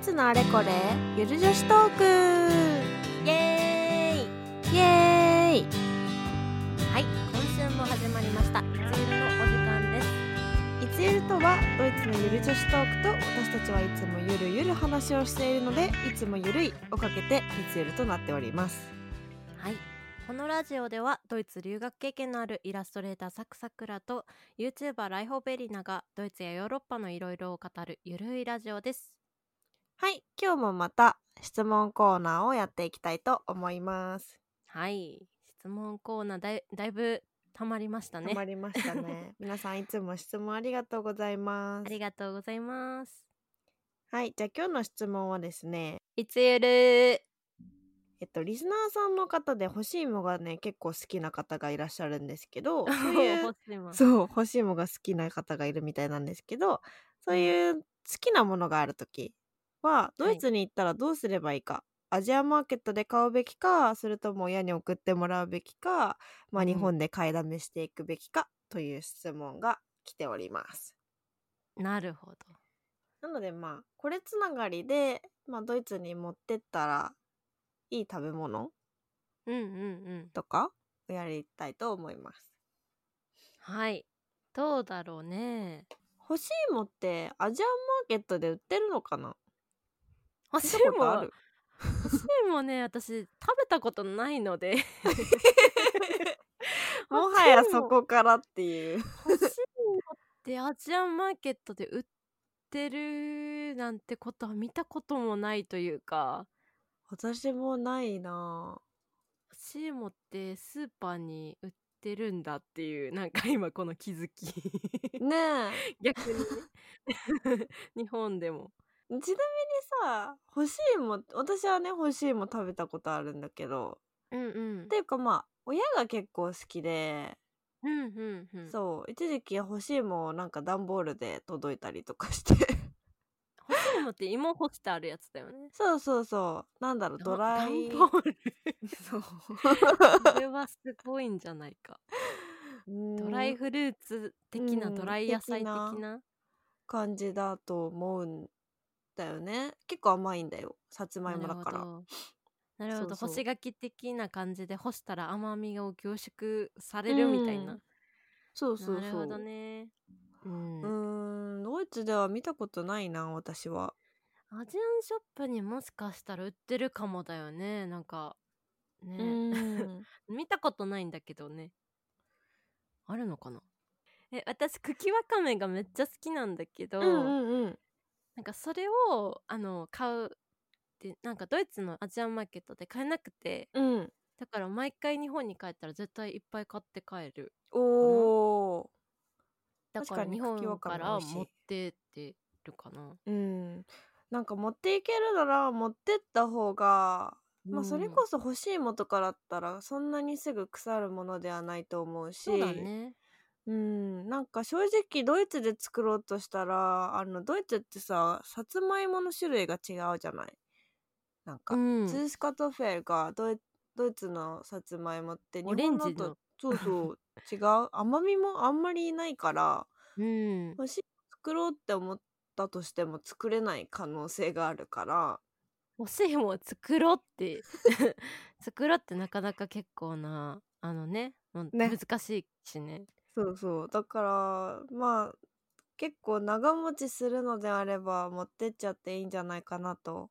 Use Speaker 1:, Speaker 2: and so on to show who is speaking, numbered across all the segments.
Speaker 1: ツのあれこれゆる女子トーク
Speaker 2: イエーイ
Speaker 1: イエーイ
Speaker 2: はい今週も始まりましたいつゆるのお時間です
Speaker 1: いつゆるとはドイツのゆる女子トークと私たちはいつもゆるゆる話をしているのでいつもゆるいをかけていつゆるとなっております
Speaker 2: はいこのラジオではドイツ留学経験のあるイラストレーターサクサクラと YouTuber ライホベリナがドイツやヨーロッパのいろいろを語るゆるいラジオです
Speaker 1: はい今日もまた質問コーナーをやっていきたいと思います
Speaker 2: はい質問コーナーだいだいぶたまりました
Speaker 1: た
Speaker 2: ね
Speaker 1: まりました ね皆さんいつも質問ありがとうございま
Speaker 2: あ
Speaker 1: す
Speaker 2: りがとうございます
Speaker 1: はいじゃあ今日の質問はですね
Speaker 2: いつゆる
Speaker 1: えっと、リスナーさんの方で欲しいもがね結構好きな方がいらっしゃるんですけ どそういう
Speaker 2: 星も
Speaker 1: そう欲しいもが好きな方がいるみたいなんですけどそういう好きなものがある時はドイツに行ったらどうすればいいか、アジアマーケットで買うべきかそれとも親に送ってもらうべきか、まあ、
Speaker 2: うん
Speaker 1: 日本で買いだめしていくべきかという質問が来ております。
Speaker 2: なるほど
Speaker 1: なのでまあこれつながりで、まあ、ドイツに持ってったらいい食べ物
Speaker 2: うんうんうん
Speaker 1: とかをやりたいと思います。
Speaker 2: はいどうだろうね
Speaker 1: 欲しいもってアジアンマーケットで売ってるのかな
Speaker 2: 欲し
Speaker 1: 見た
Speaker 2: い
Speaker 1: ことあ
Speaker 2: も
Speaker 1: る
Speaker 2: 欲しいもね私食べたことないので
Speaker 1: もはや
Speaker 2: 欲しいも
Speaker 1: そこからっていう。
Speaker 2: 欲しいもってアジアンマーケットで売ってるなんてことは見たこともないというか
Speaker 1: 私もないな
Speaker 2: 欲しいもってスーパーに売ってるんだっていうなんか今この気づき
Speaker 1: ぁねえ。
Speaker 2: 逆にね 日本でも
Speaker 1: ちなみにさ、欲しいも、私はね、欲しいも食べたことあるんだけど、
Speaker 2: うんうん
Speaker 1: っていうかまあ、親が結構好きで、
Speaker 2: うんうんうん
Speaker 1: そう、一時期欲しいもなんか段ボールで届いたりとかして。
Speaker 2: 欲しいもって芋干してあるやつだよね
Speaker 1: そうそうそう。なんだろう、ドライ。
Speaker 2: 段ボー ル
Speaker 1: そう。
Speaker 2: これはすごいんじゃないかド
Speaker 1: ド
Speaker 2: ライフルーツ的な
Speaker 1: うん
Speaker 2: ドライ野菜的
Speaker 1: 的
Speaker 2: な
Speaker 1: 感じだと思うんだよね結構甘いんだよさつまいもだから
Speaker 2: なるほどなるほ
Speaker 1: そ
Speaker 2: ど
Speaker 1: うそう
Speaker 2: 干し柿的な感じで干したら甘みを凝縮されるみたい
Speaker 1: う
Speaker 2: な、
Speaker 1: んそうそうそう
Speaker 2: なるほどねうん、
Speaker 1: うーんドイツでは見たことないな私は
Speaker 2: アジアンショップにもしかしたら売ってるかもだよねなんか
Speaker 1: う
Speaker 2: ね、
Speaker 1: ー ん
Speaker 2: 見たことないんだけどねあるのかなえ私茎わかめがめっちゃ好きなんだけど、
Speaker 1: うんうんうん
Speaker 2: なんかそれをあの買うってなんかドイツのアジアンマーケットで買えなくて
Speaker 1: うん
Speaker 2: だから毎回日本に帰ったら絶対いっぱい買って帰る
Speaker 1: おー
Speaker 2: だから
Speaker 1: 確かに
Speaker 2: 日
Speaker 1: 茎わ
Speaker 2: 本
Speaker 1: かめ
Speaker 2: から
Speaker 1: 美味しい
Speaker 2: 持ってってるかな
Speaker 1: うんなんか持っていけるなら持ってった方がま
Speaker 2: う
Speaker 1: あ
Speaker 2: ん
Speaker 1: それこそ欲しいもとかだったらそんなにすぐ腐るものではないと思うし
Speaker 2: そうだね
Speaker 1: うん、なんか正直ドイツで作ろうとしたらあのドイツってささつまいもの種類が違うじゃないなんか、
Speaker 2: うん
Speaker 1: ツースカトフェルがドイドイツのさつまいもって日
Speaker 2: オレ
Speaker 1: 本
Speaker 2: ン
Speaker 1: の
Speaker 2: ジ
Speaker 1: と
Speaker 2: の
Speaker 1: そうそう違う甘みもあんまりないから
Speaker 2: うん
Speaker 1: もし作ろうって思ったとしても作れない可能性があるから
Speaker 2: おしいもん作ろうって 作ろうってなかなか結構なあのねもう
Speaker 1: ね
Speaker 2: 難しいしね
Speaker 1: そうそうだからまあ結構長持ちするのであれば持ってっちゃっていいんじゃないかなと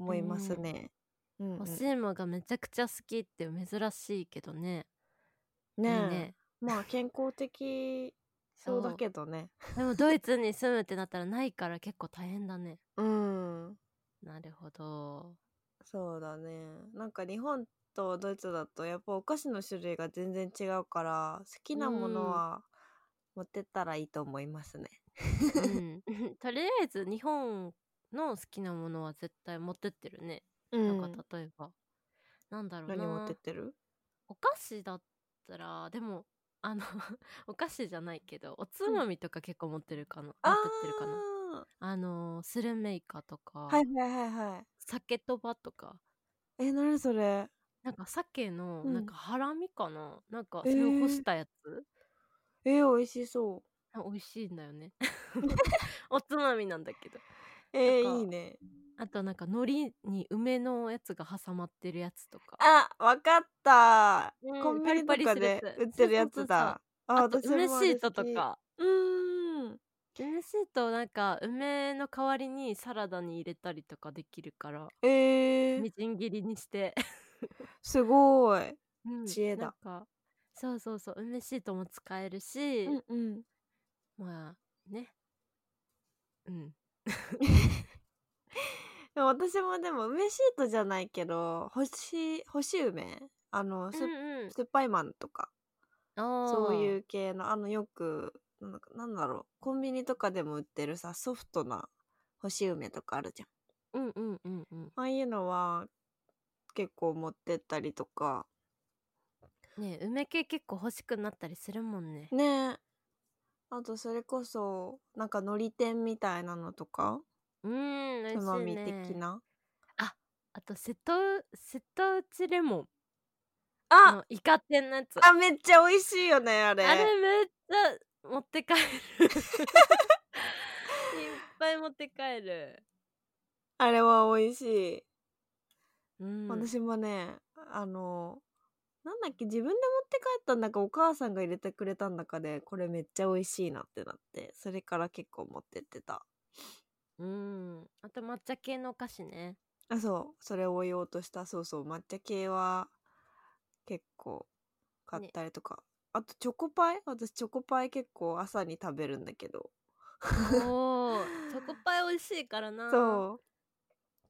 Speaker 1: 思いますね。うんうん
Speaker 2: おしいもがめちゃくちゃ好きって珍しいけどね
Speaker 1: ねえ
Speaker 2: いいね
Speaker 1: まあ健康的そうだけどね。
Speaker 2: でもドイツに住むってなったらないから結構大変だね
Speaker 1: うん
Speaker 2: なるほど
Speaker 1: そうだね。なんか日本とドイツだとやっぱお菓子の種類が全然違うから好きなものは持ってったらいいと思いますね。
Speaker 2: うん とりあえず日本の好きなものは絶対持ってってるね、
Speaker 1: うん
Speaker 2: なんか例えばなんだろうな
Speaker 1: 何持ってってる
Speaker 2: お菓子だったらでもあの お菓子じゃないけどおつまみとか結構持ってるかな、持ってってるかなあのスルメイカとか、
Speaker 1: あーはいはいはいはい。
Speaker 2: 酒とばとか
Speaker 1: え、何それ
Speaker 2: なんか鮭の
Speaker 1: うん
Speaker 2: なんかハラミかな、なんかそれを干したやつ、
Speaker 1: えー、美味しそう。
Speaker 2: あ美味しいんだよねおつまみなんだけど
Speaker 1: え
Speaker 2: なん
Speaker 1: ー、
Speaker 2: か
Speaker 1: いいね。
Speaker 2: あとなんか海苔に梅のやつが挟まってるやつとか
Speaker 1: あ、わかった、
Speaker 2: うん
Speaker 1: コンビニとかで売ってるやつだ。
Speaker 2: あと
Speaker 1: 私も
Speaker 2: 梅
Speaker 1: あ
Speaker 2: シ
Speaker 1: れ
Speaker 2: ートと
Speaker 1: 好き。
Speaker 2: か
Speaker 1: うーん。
Speaker 2: 梅シートをなんか梅の代わりにサラダに入れたりとかできるから
Speaker 1: えー
Speaker 2: み、じん切りにして、
Speaker 1: すごい。
Speaker 2: うん
Speaker 1: 知恵だ
Speaker 2: なんかそうそうそう梅シートも使えるし、
Speaker 1: うんうん。
Speaker 2: まあねうん
Speaker 1: でも私もでも梅シートじゃないけど、干し、干し梅あの、す
Speaker 2: うんうん
Speaker 1: 酸っぱいマンとか、そういうう系の、あの、よく、なんだなんだろう、コンビニとかでも売ってるさ、ソフトな干し梅とかあるじゃん。
Speaker 2: うんうんうんうん
Speaker 1: ああいうのは、結構持ってったりとか。
Speaker 2: ねえ梅系結構欲しくなったりするもんね
Speaker 1: ねえ。あと、それこそ、なんか、のり店みたいなのとか、
Speaker 2: うん美
Speaker 1: つ
Speaker 2: 味し
Speaker 1: ま
Speaker 2: い
Speaker 1: み
Speaker 2: ね
Speaker 1: 的な。
Speaker 2: あと瀬戸瀬戸内レモン
Speaker 1: あ
Speaker 2: のイカ天のやつ
Speaker 1: あ、めっちゃ美味しいよね、あれ。
Speaker 2: あれめっちゃ持っ て帰るいっぱい持って帰る、
Speaker 1: あれは美味しい。
Speaker 2: うん、
Speaker 1: 私もね、あの、なんだっけ、自分で持って帰ったんだか、お母さんが入れてくれたんだかで、これめっちゃ美味しいなってなって、それから結構持ってってた。
Speaker 2: うんあと抹茶系のお菓子ね
Speaker 1: あ、そう、それを言おうとした、そうそう、抹茶系は、結構、買ったりとか。あと、チョコパイ私、チョコパイ結構朝に食べるんだけど。
Speaker 2: おおチョコパイ美味しいからな
Speaker 1: そう。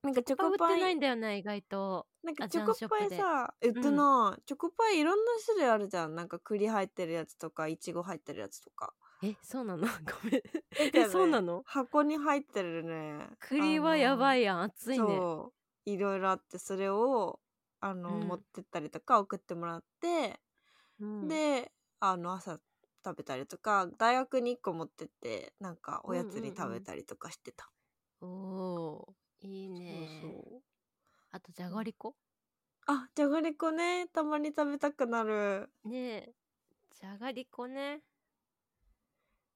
Speaker 1: なんかチ
Speaker 2: チ
Speaker 1: ョ
Speaker 2: ョコ
Speaker 1: コ
Speaker 2: パイ
Speaker 1: パ
Speaker 2: 売ってない
Speaker 1: イ、
Speaker 2: んだよね意外と
Speaker 1: なんか
Speaker 2: あ
Speaker 1: チ
Speaker 2: ジ
Speaker 1: ョ
Speaker 2: ャン
Speaker 1: コ
Speaker 2: ショッ
Speaker 1: パ
Speaker 2: プ
Speaker 1: イ
Speaker 2: で
Speaker 1: さ、売ってない、チョコパイいろんな種類あるじゃん。なんか栗入ってるやつとか、いちご入ってるやつとか。
Speaker 2: えそうなの ごめん
Speaker 1: え
Speaker 2: えそうなの
Speaker 1: 箱に入ってるね。
Speaker 2: 栗はやば
Speaker 1: い、
Speaker 2: いやん熱いね
Speaker 1: そう。いろいろあって、それを、あの、
Speaker 2: うん
Speaker 1: 持ってったりとか送ってもらって、
Speaker 2: うん
Speaker 1: で、あの、朝食べたりとか、大学に1個持ってって、なんかおやつに
Speaker 2: うんうん
Speaker 1: 食
Speaker 2: うん
Speaker 1: べたりとかしてた。
Speaker 2: おおーいいね
Speaker 1: そうそう。
Speaker 2: あとじゃがりこ
Speaker 1: あ、じゃがりこね、たまに食べたくなる。
Speaker 2: ねえじゃがりこね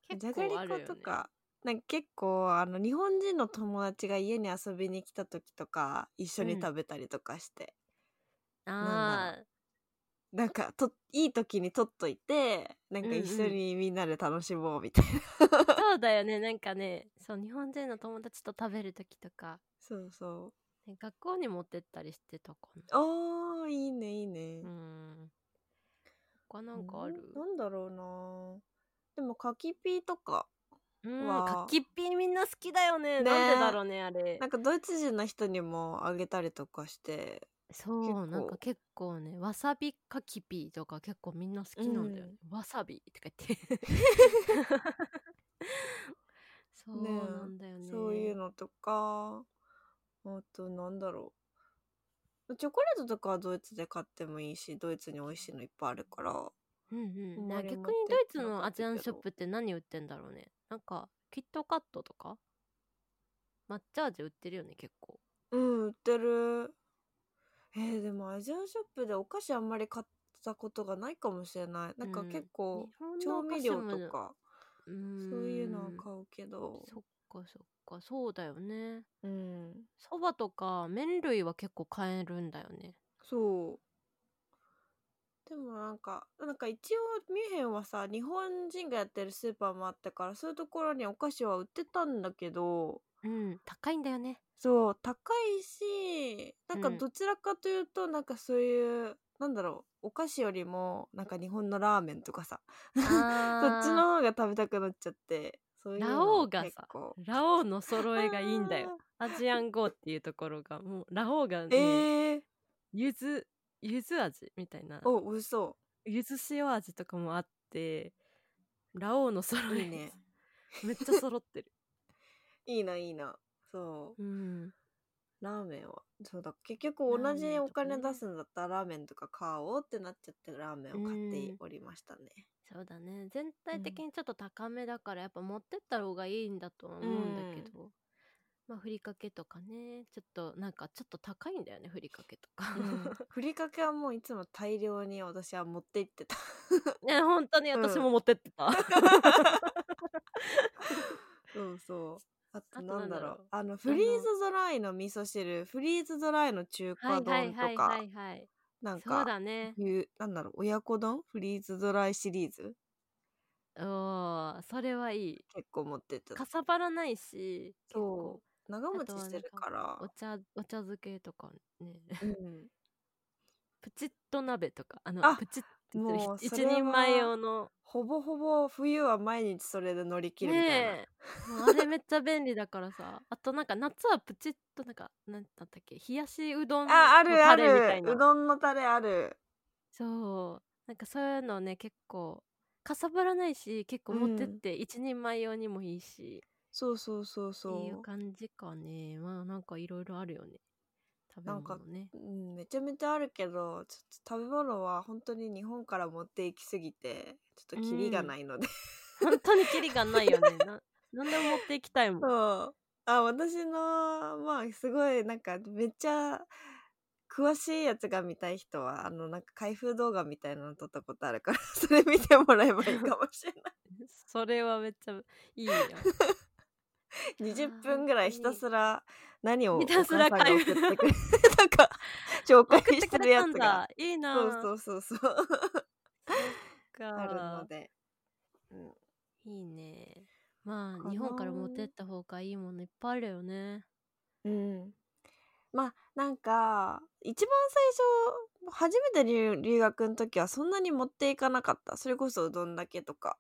Speaker 1: じゃ
Speaker 2: 結
Speaker 1: がり
Speaker 2: 構あるよ、
Speaker 1: こ
Speaker 2: ね、
Speaker 1: とかなんか結構あの日本人の友達が家に遊びに来た時とか一緒に
Speaker 2: うん
Speaker 1: 食べたりとかして、なん
Speaker 2: あ
Speaker 1: だなんかといい時に取っといてなん
Speaker 2: うん
Speaker 1: か
Speaker 2: うん
Speaker 1: 一緒にみんなで楽しもうみたいな、
Speaker 2: ー そうだよねなんかねそう日本人の友達と食べる時とか、
Speaker 1: そうそう
Speaker 2: ね、学校に持ってったりしてたか
Speaker 1: おーいいねいいね
Speaker 2: なう、ん他なんかある
Speaker 1: ななんだろうなでも柿ピーとか
Speaker 2: うん
Speaker 1: わあ
Speaker 2: 柿ピーみんな好きだよね
Speaker 1: ね
Speaker 2: なんでだろうねあれ
Speaker 1: なんかドイツ人の人にもあげたりとかして
Speaker 2: そう
Speaker 1: 構
Speaker 2: なんか結構ねわさび柿ピーとか結構みんな好きなんだよね、わさびとか言って そう
Speaker 1: ねえ
Speaker 2: なんだよね
Speaker 1: そういうのとかあとなんだろうチョコレートとかはドイツで買ってもいいしドイツに美味しいのいっぱいあるから
Speaker 2: うん
Speaker 1: あ
Speaker 2: うん
Speaker 1: ん
Speaker 2: な
Speaker 1: まり
Speaker 2: 逆
Speaker 1: 持
Speaker 2: に
Speaker 1: って
Speaker 2: ドイツ
Speaker 1: な
Speaker 2: の
Speaker 1: か
Speaker 2: ア
Speaker 1: った
Speaker 2: ジアンショッ
Speaker 1: けど
Speaker 2: プって何売ってんだろうねなんかキットカットとか抹茶味売ってるよね結構
Speaker 1: うん売ってるえー、でもアジアンショップでお菓子あんまり買ったことがないかもしれないなんか
Speaker 2: うん
Speaker 1: 結構
Speaker 2: 日本の
Speaker 1: 調
Speaker 2: お菓
Speaker 1: 味
Speaker 2: 子
Speaker 1: 料
Speaker 2: も
Speaker 1: とか
Speaker 2: う
Speaker 1: そ
Speaker 2: ん
Speaker 1: ういうのは買うけど
Speaker 2: そっかそっかそうだよね
Speaker 1: うん
Speaker 2: そばとか麺類は結構買えるんだよね
Speaker 1: そう。でもなんか、なんか一応ミュンヘンはさ、日本人がやってるスーパーもあったから、そういうところにお菓子は売ってたんだけど、
Speaker 2: うん高いんだよね
Speaker 1: そう、高いし、なんか
Speaker 2: うん
Speaker 1: どちらかというと、なんかそういう、なんだろう、お菓子よりも、なんか日本のラーメンとかさ、そっちの方が食べたくなっちゃって、そういうの
Speaker 2: ラオウがさ
Speaker 1: 結構
Speaker 2: ラオウの揃えがいいんだよ。アジアンゴーっていうところがもうラオウが
Speaker 1: あー
Speaker 2: ね、
Speaker 1: えー、
Speaker 2: ゆずゆず味みたいな
Speaker 1: お、美味しそ
Speaker 2: ゆず塩味とかもあってラオウの揃
Speaker 1: う。
Speaker 2: え
Speaker 1: いいね。
Speaker 2: めっちゃ揃って る
Speaker 1: いいな、いいな。そう。
Speaker 2: うん
Speaker 1: ラーメンはそうだ結局同じお金
Speaker 2: ラーメ
Speaker 1: 出
Speaker 2: ンとかね
Speaker 1: すんだったらラーメンとか買おうってなっちゃってラーメンを買っておりましたね
Speaker 2: そうだね全体的にちょっと高めだからやっぱ持ってった方がいいんだとは思うんだけど、まあふりかけとかねちょっとなんかちょっと高いんだよねふりかけとか、
Speaker 1: ふりかけはもういつも大量に私は持って行ってた
Speaker 2: ね本当に
Speaker 1: うん
Speaker 2: 私も持ってってた、
Speaker 1: そうそあ
Speaker 2: あ
Speaker 1: と
Speaker 2: と
Speaker 1: なんだろう
Speaker 2: なんだろう
Speaker 1: あのフリーズドライの味噌汁フリーズドライの中華
Speaker 2: はいは
Speaker 1: 丼
Speaker 2: い
Speaker 1: とか、
Speaker 2: はいはいはい
Speaker 1: なんか
Speaker 2: そうだね
Speaker 1: いうなんだろう親子丼フリーズドライシリーズ
Speaker 2: おーそれはいい
Speaker 1: 結構持ってた
Speaker 2: かさばらないし結
Speaker 1: そ
Speaker 2: 構
Speaker 1: う長持
Speaker 2: あと
Speaker 1: ち
Speaker 2: は
Speaker 1: してるから
Speaker 2: お茶お茶漬けとかね
Speaker 1: うん
Speaker 2: プチッと鍋とかあの
Speaker 1: あ
Speaker 2: プチッって言ってる
Speaker 1: もう
Speaker 2: ひ
Speaker 1: そ
Speaker 2: 一
Speaker 1: れは
Speaker 2: 人前用の
Speaker 1: ほぼほぼ冬は毎日それで乗り切るみたいな、
Speaker 2: ねえもうあれめっちゃ便利だからさあとなんか夏はプチッとなんかなんだったっけ冷やしうどんの
Speaker 1: ああるあ
Speaker 2: タレみたい
Speaker 1: る
Speaker 2: な
Speaker 1: うどんのタレある
Speaker 2: そうなんかそういうのね結構かさばらないし結構持ってって一人前用にもいいし、
Speaker 1: そうそうそうそう
Speaker 2: っていう感じかねまあなんかいろいろあるよね食べ
Speaker 1: なんか
Speaker 2: 物ね
Speaker 1: うん、めちゃめちゃあるけどちょっと食べ物は本当に日本から持っていきすぎてちょっとキリがないので、
Speaker 2: 本当にキリがないよねな何でも持っていきたいもん
Speaker 1: そうあ私のまあすごいなんかめっちゃ詳しいやつが見たい人はあのなんか開封動画みたいなの撮ったことあるから それ見てもらえばいいかもしれない
Speaker 2: それはめっちゃいいよ
Speaker 1: 20分ぐらいひたすら何をお
Speaker 2: ひ
Speaker 1: 母
Speaker 2: た
Speaker 1: さ
Speaker 2: す
Speaker 1: んが
Speaker 2: ら
Speaker 1: 送って
Speaker 2: 開
Speaker 1: く
Speaker 2: 封
Speaker 1: れ なんか紹
Speaker 2: 送
Speaker 1: 介
Speaker 2: っ
Speaker 1: してて
Speaker 2: く
Speaker 1: る
Speaker 2: れ
Speaker 1: や
Speaker 2: た
Speaker 1: つ
Speaker 2: ん
Speaker 1: が
Speaker 2: だいいな
Speaker 1: そう
Speaker 2: ぁ
Speaker 1: そうそうそう
Speaker 2: か
Speaker 1: あるので、うん、
Speaker 2: いいねま
Speaker 1: か
Speaker 2: あ
Speaker 1: な
Speaker 2: 日本から持ってった方がいいものいっぱいあるよね
Speaker 1: うん、まあなんか一番最初初めて留留学の時はそんなに持っていかなかったそれこそうどんだけとか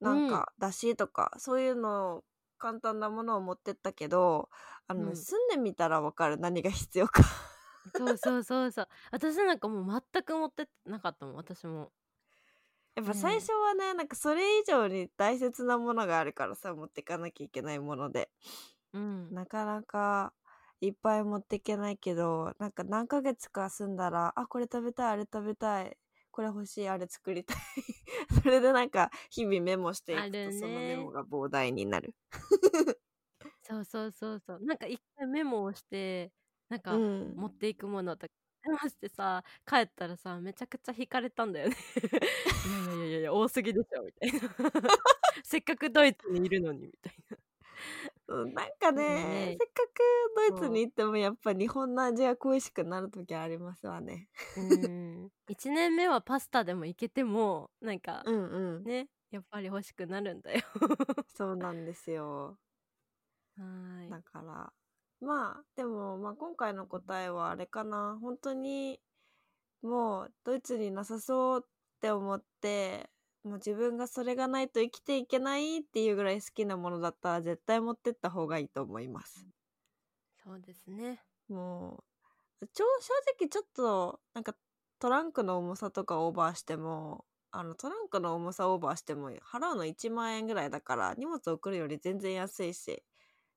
Speaker 1: なんかだしとか、そういうのを簡単なものを持ってったけどあの、
Speaker 2: うん
Speaker 1: 住んでみたらわかる何が必要か
Speaker 2: そうそうそうそう 私なんかもう全く持ってってなかったもん私も
Speaker 1: やっぱ最初はねなんかそれ以上に大切なものがあるからさ持っていかなきゃいけないもので
Speaker 2: うん
Speaker 1: なかなかいっぱい持っていけないけどなんか何ヶ月か住んだらあこれ食べたいあれ食べたいこれ欲しいあれ作りたい それでなんか日々メモしていく
Speaker 2: あ
Speaker 1: と
Speaker 2: るね
Speaker 1: そのメモが膨大になる
Speaker 2: そうそうそうそうなんか一回メモをしてなんか
Speaker 1: うん
Speaker 2: 持っていくものとかメモしてさ帰ったらさめちゃくちゃ引かれたんだよね いやいやいやいやいや多すぎでしょみたいな せっかくドイツにいるのにみたいな
Speaker 1: うんなんかね
Speaker 2: そうね
Speaker 1: せっかくドイツに行ってもやっぱ日本の味が恋しくなる時ありますわね
Speaker 2: うん1年 目はパスタでもいけてもなんか
Speaker 1: うんうん
Speaker 2: ねやっぱり欲しくなる んだよ
Speaker 1: そうなんですよ
Speaker 2: はーい
Speaker 1: だからまあでも、まあ、今回の答えはあれかな本当にもうドイツになさそうって思ってもう自分がそれがないと生きていけないっていうぐらい好きなものだったら絶対持ってった方がいいと思います。
Speaker 2: そうですね
Speaker 1: もうちょ正直ちょっとなんかトランクの重さとかオーバーしてもあのトランクの重さオーバーしても払うの1万円ぐらいだから荷物送るより全然安いし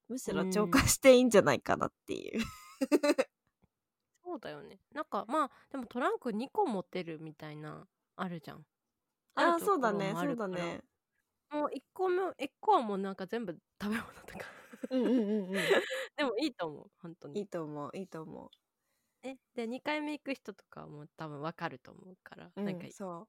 Speaker 1: むしろ超過していいんじゃないかなっていう。
Speaker 2: そうだよねなんかまあでもトランク2個持てるみたいなあるじゃんあ
Speaker 1: あ
Speaker 2: る
Speaker 1: あ
Speaker 2: と
Speaker 1: そうだ
Speaker 2: ころ
Speaker 1: ね
Speaker 2: もあ
Speaker 1: そう
Speaker 2: るか
Speaker 1: だ
Speaker 2: ら
Speaker 1: ね。
Speaker 2: もう1個目1個はもうなんか全部食べ物とか
Speaker 1: うんうんうんう
Speaker 2: でもいいと思う本当
Speaker 1: ん。い
Speaker 2: に
Speaker 1: いと思ういいと思
Speaker 2: えで2回目行く人とかはもう多分わかると思うから、
Speaker 1: う。う
Speaker 2: なんか
Speaker 1: んそ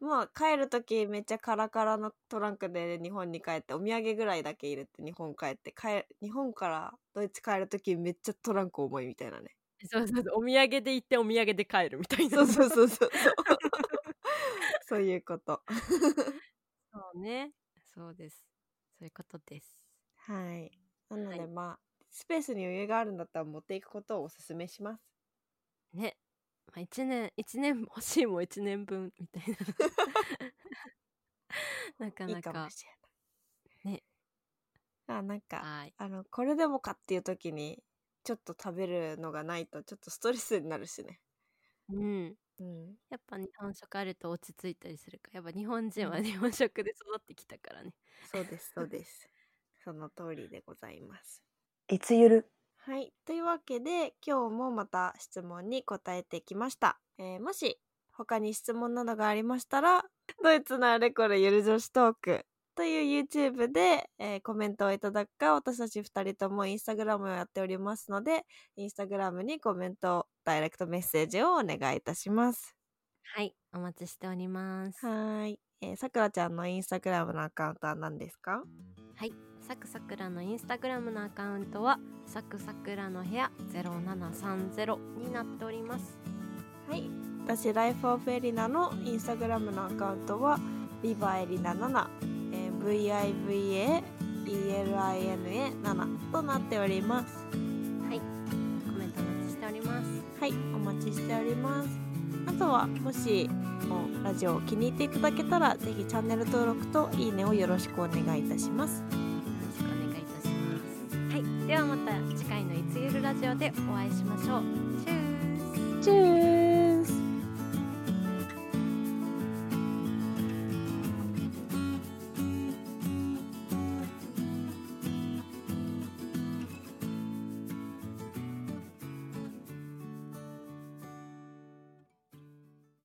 Speaker 1: う。まあ帰る時めっちゃカラカラのトランクで日本に帰ってお土産ぐらいだけ入れて日本帰って帰日本からドイツ帰る時めっちゃトランク重いみたい なね。
Speaker 2: そうそうそうお土産で行ってお土産で帰るみたいな
Speaker 1: そうそうそうそうそう。そういうこと。
Speaker 2: そうねそうですそういうことです
Speaker 1: はい。なので、
Speaker 2: はい
Speaker 1: まあスペースに余裕があるんだったら持っていくことをおすすめします。
Speaker 2: ね、まあ、1年一年欲しいも1年分みたいな なか
Speaker 1: い
Speaker 2: ない
Speaker 1: か
Speaker 2: か
Speaker 1: もしれない。
Speaker 2: ね。
Speaker 1: あなんか
Speaker 2: はい
Speaker 1: あのこれでもかっていう時にちょっと食べるのがないとちょっとストレスになるしね。
Speaker 2: うん
Speaker 1: うん、
Speaker 2: やっぱ日本食あると落ち着いたりするからやっぱ日本人は日本食で育ってきたからね
Speaker 1: そうですそうです。 その通りでございます。
Speaker 2: いつゆる
Speaker 1: はい。というわけで、今日もまた質問に答えてきました。えーもし、他に質問などがありましたら、ドイツのあれこれゆる女子トークという YouTube で、えーコメントをいただくか、私たち二人ともインスタグラムをやっておりますので、インスタグラムにコメント、ダイレクトメッセージをお願いいたします。
Speaker 2: はいお待ちしております
Speaker 1: はーい。えーさくらちゃんのインスタグラムのアカウントは何ですか
Speaker 2: はい、サクサクらのインスタグラムのアカウントはサクサクらの部屋0730になっております
Speaker 1: はい私ライフオブエリナのインスタグラムのアカウントはリバエリナ7、えー、VIVAELINA7 となっております
Speaker 2: はいコメントお待ちしております
Speaker 1: はいお待ちしておりますあとはもしもうラジオを気に入っていただけたらぜひチャンネル登録といいねをよろしくお願いいたします
Speaker 2: よろしくお願いいたしますはいではまた次回のいつゆるラジオでお会いしましょうチュース
Speaker 1: チュー